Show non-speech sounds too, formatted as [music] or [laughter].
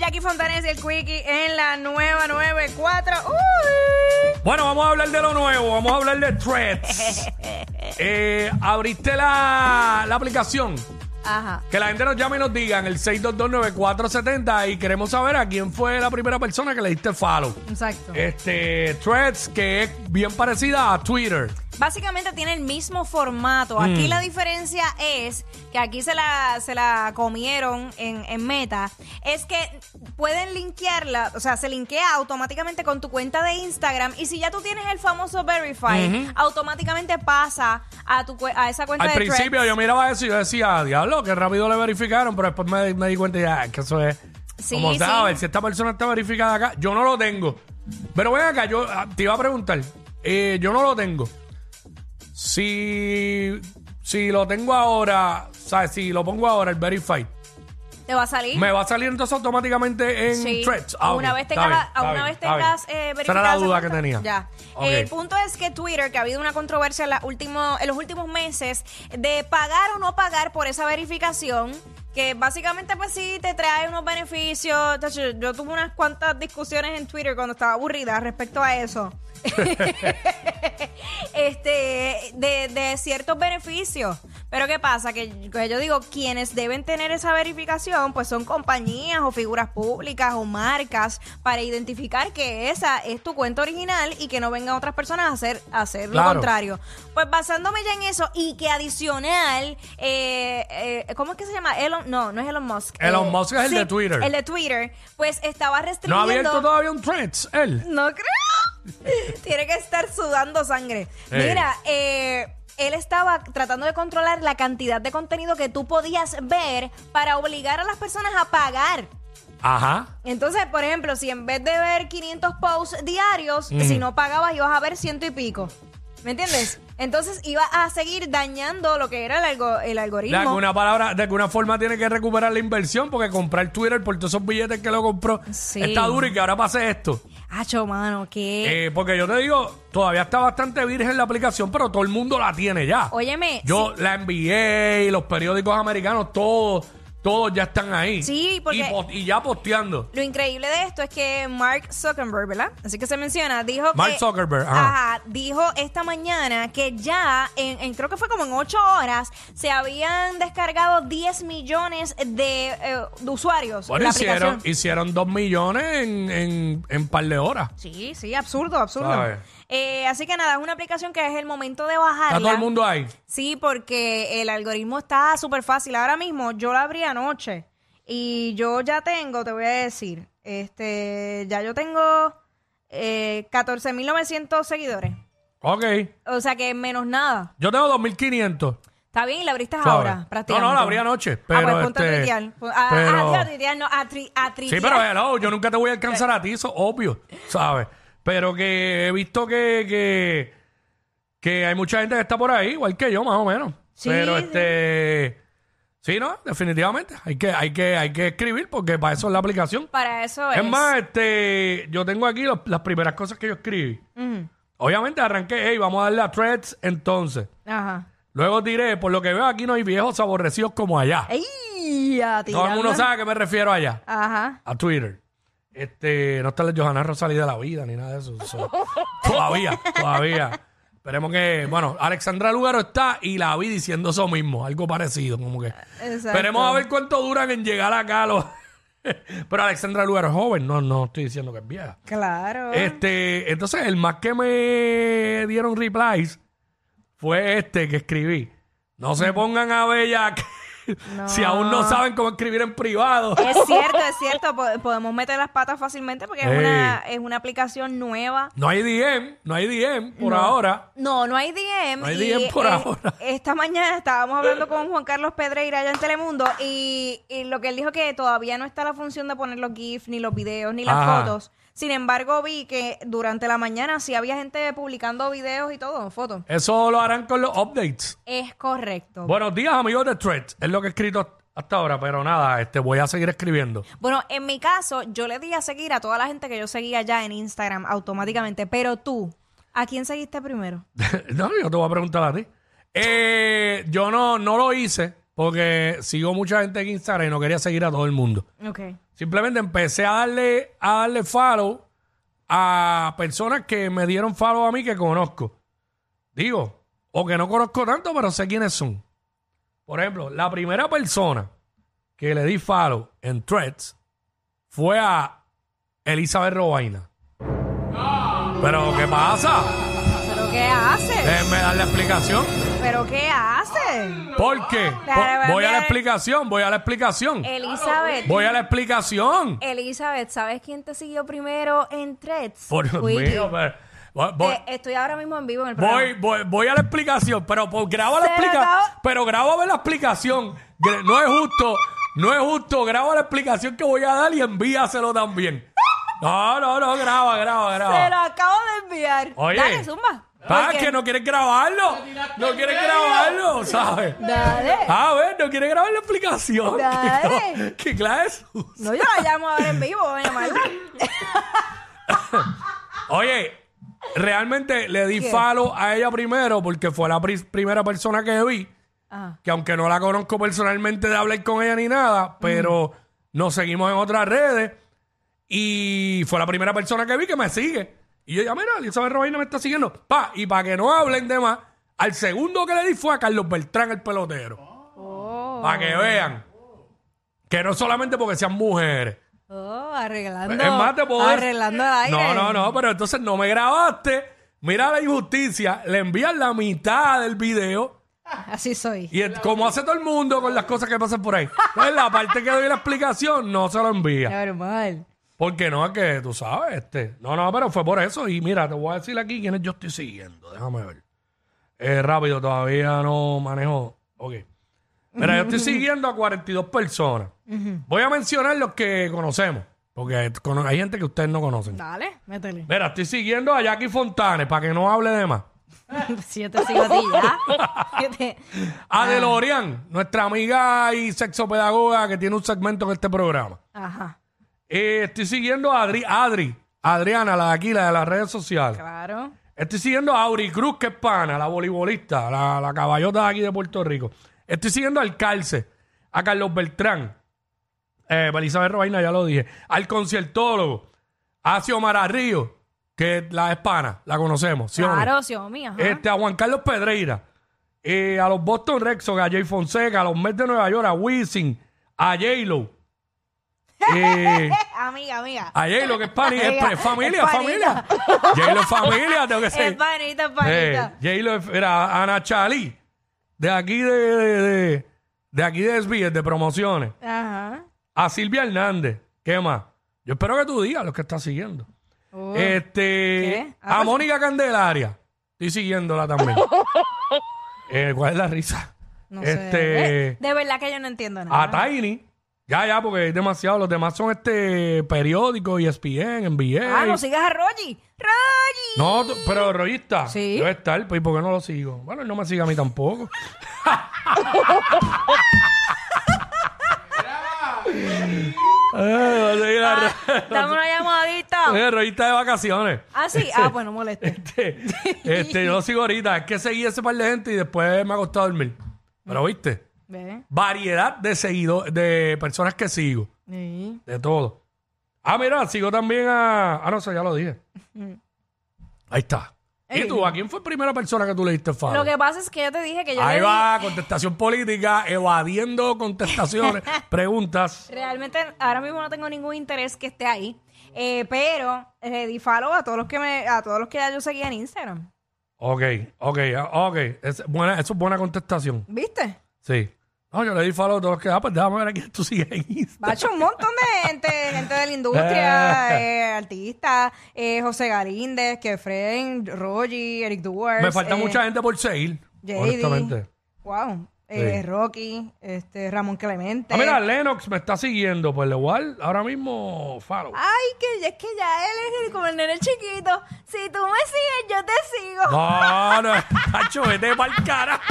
Jackie Fontanes y el Quickie en la nueva 94. Uy. Bueno, vamos a hablar de lo nuevo, vamos a hablar de threads. Eh, abriste la, la aplicación. Ajá. Que la gente nos llame y nos diga en el 6229470 y queremos saber a quién fue la primera persona que le diste follow. Exacto. Este, Threads, que es bien parecida a Twitter. Básicamente tiene el mismo formato. Aquí Mm. la diferencia es que aquí se la, se la comieron en, en Meta. Es que pueden linkearla, o sea, se linkea automáticamente con tu cuenta de Instagram. Y si ya tú tienes el famoso Verify, automáticamente pasa a, tu, cue- a esa cuenta Al de Threads. principio yo miraba eso y yo decía, diablo, que rápido le verificaron, pero después me, me di cuenta y ya, que eso es. Sí, como sí. sabes, si esta persona está verificada acá, yo no lo tengo. Pero ven acá, yo ah, te iba a preguntar, eh, yo no lo tengo. Si, si lo tengo ahora, ¿sabes? Si lo pongo ahora, el Verify, Te va a salir. ¿me va a salir entonces automáticamente en Sí. Threads? Ah, ok, una vez está tengas, bien, la- está una bien, vez está bien. tengas eh, Esa era la verificada esa duda que cuenta- tenía. Ya. Eh, Ok. El punto es que Twitter, que ha habido una controversia en, la último- en los últimos meses de pagar o no pagar por esa verificación. Que básicamente, pues sí, te trae unos beneficios. Tacho, Yo, tuve unas cuantas discusiones en Twitter cuando estaba aburrida respecto a eso. este de, de ciertos beneficios. Pero ¿qué pasa? Que, que yo digo, quienes deben tener esa verificación, pues son compañías o figuras públicas o marcas para identificar que esa es tu cuenta original y que no vengan otras personas a hacer, a hacer lo Claro. contrario. Pues basándome ya en eso y que adicional, eh, eh, ¿cómo es que se llama? Elon, no, no es Elon Musk. Elon Eh, Musk es el de Twitter. El de Twitter, pues estaba ¿No ha restringiendo... abierto todavía un Threads, él? No creo. [laughs] Tiene que estar sudando sangre. Eh. Mira, eh, él estaba tratando de controlar la cantidad de contenido que tú podías ver para obligar a las personas a pagar. Ajá. Entonces, por ejemplo, si en vez de ver 500 posts diarios, Mm. si no pagabas ibas a ver ciento y pico. ¿Me entiendes? Entonces iba a seguir dañando lo que era el, algo- el De algoritmo. alguna palabra, de alguna forma tiene que recuperar la inversión porque comprar Twitter por todos esos billetes que lo compró Sí. está duro y que ahora pase esto. Acho, mano, qué. Eh, porque yo te digo, todavía está bastante virgen la aplicación, pero todo el mundo la tiene ya. Óyeme. yo la envié, los periódicos americanos, todos, todos ya están ahí. Sí, porque- y, po- y ya posteando. Lo increíble de esto es que Mark Zuckerberg, ¿verdad? Así que se menciona, dijo Mark que- Zuckerberg, ajá. Ajá, dijo esta mañana que ya, en, en- creo que fue como en ocho horas, se habían descargado 10 millones de, eh, de usuarios. Bueno, la hicieron, aplicación. hicieron dos millones en, en, en par de horas. Sí, sí, absurdo, absurdo. Sabe. Eh, así que nada, es una aplicación que es el momento de bajarla. Está todo el mundo ahí. Sí, porque el algoritmo está súper fácil. Ahora mismo yo la abrí anoche y yo ya tengo, te voy a decir, este, ya yo tengo eh, 14.900 seguidores. Ok. O sea que menos nada. Yo tengo 2.500. Está bien, y la abriste Suave. Ah, ahora, prácticamente. No, no, la abrí anoche, pero, ah, pues ah, ponte este, a tuitear. Pon- A, pero- a- a tuitear, no, a, tri- a Sí, tritear. pero eh, hello, yo nunca te voy a alcanzar a ti, eso es obvio, ¿sabes? Pero que he visto que, que, que hay mucha gente que está por ahí, igual que yo, más o menos. Sí, pero sí. este. Sí, no, definitivamente. Hay que, hay que, hay que escribir porque para eso es la aplicación. Para eso es. Es más, este, yo tengo aquí los- las primeras cosas que yo escribí. Ujú, Obviamente arranqué, hey, vamos a darle a threads entonces. Ajá. Luego diré, por lo que veo aquí no hay viejos aborrecidos como allá. ¡Ey! a Todo el mundo tirarla. sabe a qué me refiero allá Ajá. a Twitter. Este, no está la Johanna Rosalía de la vida ni nada de eso. So, todavía, todavía. Esperemos que, bueno, Alexandra Lugaro está y la vi diciendo eso mismo, algo parecido, como que. Exacto. Esperemos a ver cuánto duran en llegar acá los. [laughs] Pero Alexandra Lugaro es joven, no, no estoy diciendo que es vieja. Claro. Este, entonces el más que me dieron replies fue este que escribí. No se pongan a bella [laughs] si aún no saben cómo escribir en privado. Es cierto, es cierto. po- Podemos meter las patas fácilmente porque es, Ey. una, es una aplicación nueva. No hay DM, no hay DM por ahora. No, no hay DM. No hay y, DM por eh, ahora. [laughs] Esta mañana estábamos hablando con Juan Carlos Pedreira allá en Telemundo y, y lo que él dijo que todavía no está la función de poner los GIFs, ni los videos, ni las Ajá. fotos. Sin embargo, vi que durante la mañana sí había gente publicando videos y todo, fotos. Eso lo harán con los updates. Es correcto. Buenos días, amigos de Threads. Es lo que he escrito hasta ahora, pero nada, este voy a seguir escribiendo. [laughs] Bueno, en mi caso, yo le di a seguir a toda la gente que yo seguía ya en Instagram automáticamente. Pero tú, ¿a quién seguiste primero? no, yo te voy a preguntar a ti. Eh, yo no, no lo hice porque sigo mucha gente en Instagram y no quería seguir a todo el mundo. Ok. Simplemente empecé a darle, a darle follow a personas que me dieron follow a mí que conozco. Digo, o que no conozco tanto, pero sé quiénes son. Por ejemplo, la primera persona que le di follow en threads fue a Elizabeth Robaina. Pero, ¿qué pasa? ¿Pero qué haces? Déjenme dar la explicación. ¿Pero qué haces? ¿Por qué? Dale, Po- Voy a la dale. explicación, voy a la explicación. Eh, Elizabeth. Voy a la explicación. Elizabeth, ¿sabes quién te siguió primero en Threads? Por Dios Wiki. mío, pero- voy- voy- Eh, estoy ahora mismo en vivo en el programa. Voy, voy, voy a la explicación, pero por, graba la Se explicación. acabó. Pero graba la explicación. Gre- No es justo, no es justo. Graba la explicación que voy a dar y envíaselo también. No, no, no, graba, graba, Se lo graba. acabo de enviar. Oye. Dale, zumba. Ah, Porque- que no quieres grabarlo. No quieres grabarlo, ¿sabes? Dale. A ver, no quieres grabar la explicación. Dale. [laughs] ¿Qué, qué clase? No, yo la llamo ahora en vivo, voy a llamarla. Oye, realmente le di ¿Qué? falo a ella primero porque fue la pri- primera persona que vi. Ajá. que aunque no la conozco personalmente de hablar con ella ni nada, pero nos seguimos en otras redes y fue la primera persona que vi que me sigue. Y yo ya, mira, Elizabeth Robaina me está siguiendo. Pa, y para que no hablen de más, al segundo que le di fue a Carlos Beltrán, el pelotero. Oh. Para que vean. Que no solamente porque sean mujeres. Oh, arreglando. Es más, te puedo dar- Arreglando el aire. No, no, no, pero entonces no me grabaste. Mira la injusticia. Le envían la mitad del video. Así soy. Y es como hace todo el mundo con las cosas que pasan por ahí. Entonces, la parte que doy la explicación no se lo envía. Normal. Porque no es que tú sabes, este. No, no, pero fue por eso. Y mira, te voy a decir aquí quiénes yo estoy siguiendo. Déjame ver. Eh, rápido, todavía no manejo. Ok. Mira, yo estoy siguiendo a 42 personas. Voy a mencionar los que conocemos. Porque hay- cono- hay gente que ustedes no conocen. Dale, métele. [laughs] Mira, estoy siguiendo a Jackie Fontanes para que no hable de más. si yo te sigo a ti [laughs] ya. Yo te- A DeLorean, nuestra amiga y sexopedagoga que tiene un segmento en este programa. Ajá. Eh, estoy siguiendo a Adri, Adri, Adriana, la de aquí, la de las redes sociales. Claro. Estoy siguiendo a Auri Cruz, que es pana, la voleibolista, la, la caballota de aquí de Puerto Rico. Estoy siguiendo al Calce, a Carlos Beltrán, eh, a Elizabeth Robaina, ya lo dije, al conciertólogo, a Xiomara Río, que es la hispana, la conocemos. Xiomi. Claro, Xiaomi, ajá. Este, a Juan Carlos Pedreira, eh, a los Boston Red Sox, a Jay Fonseca, a los Mets de Nueva York, a Wisin, [laughs] a J-Lo. Eh, Amiga, amiga. a J-Lo, que es pani, es, Amiga, es familia, es es familia. J-Lo es familia, tengo que Es ser. panita, es Eh, panita. J-Lo es- era Ana Chalí, de aquí de, de, de- de aquí de SBS, de promociones. Ajá. A Silvia Hernández, ¿qué más? Yo espero que tú digas los que estás siguiendo. Oh. Este, ¿Qué? Ah, a pues- Mónica Candelaria. Estoy siguiéndola también. [laughs] Eh, ¿Cuál es la risa? No sé. este, Eh, De verdad que yo no entiendo nada. a Tiny. Ya, ya, porque es demasiado. Los demás son este periódicos, ESPN, NBA. Ah, no sigas a Rogi. Rogi. No, tú- pero rollista. Sí. Debe estar, pues, ¿y por qué no lo sigo? Bueno, él no me sigue a [laughs] mí tampoco. [laughs] Eh, no Ah, sigue a Ro- Dame una llamadita. Eh, rollista de vacaciones. Ah, sí. Ah, pues no moleste. Este, este, yo lo sigo ahorita. Es que seguí ese par de gente y después me ha costado dormir. Pero viste, Ve. variedad de seguidores, de personas que sigo, Sí. de todo. Ah, mira, sigo también a. Ah, no sé, ya lo dije. Ahí está. ¿Y Ey. tú? ¿A quién fue primera persona que tú le diste Lo follow? que pasa es que yo te dije que yo le Ahí di- va, contestación política, evadiendo [laughs] contestaciones, preguntas. Realmente ahora mismo no tengo ningún interés que esté ahí. Eh, pero eh, di follow a todos los que me, a todos los que ya yo seguía en Instagram. Ok, ok, ok. Es buena, eso es buena contestación. ¿Viste? Sí. No, yo le di follow a todos los que. Ah, pues déjame ver a quién tú sigues en Instagram. Bacho, un montón de gente, gente de la [laughs] Ah. industria, eh, artistas, eh, José Galíndez, Kefren, Rogi, Eric Duarte. eh, Me falta mucha gente por seguir. Honestamente. Wow. eh, Sí. Rocky, este, Ramón Clemente. Ah, mira, Lennox me está siguiendo. Pues igual, ahora mismo, follow. Ay, que es que ya él es como el nene chiquito. Si tú me sigues, yo te sigo. No, [laughs] no, Nacho, vete pa'l cara. [laughs]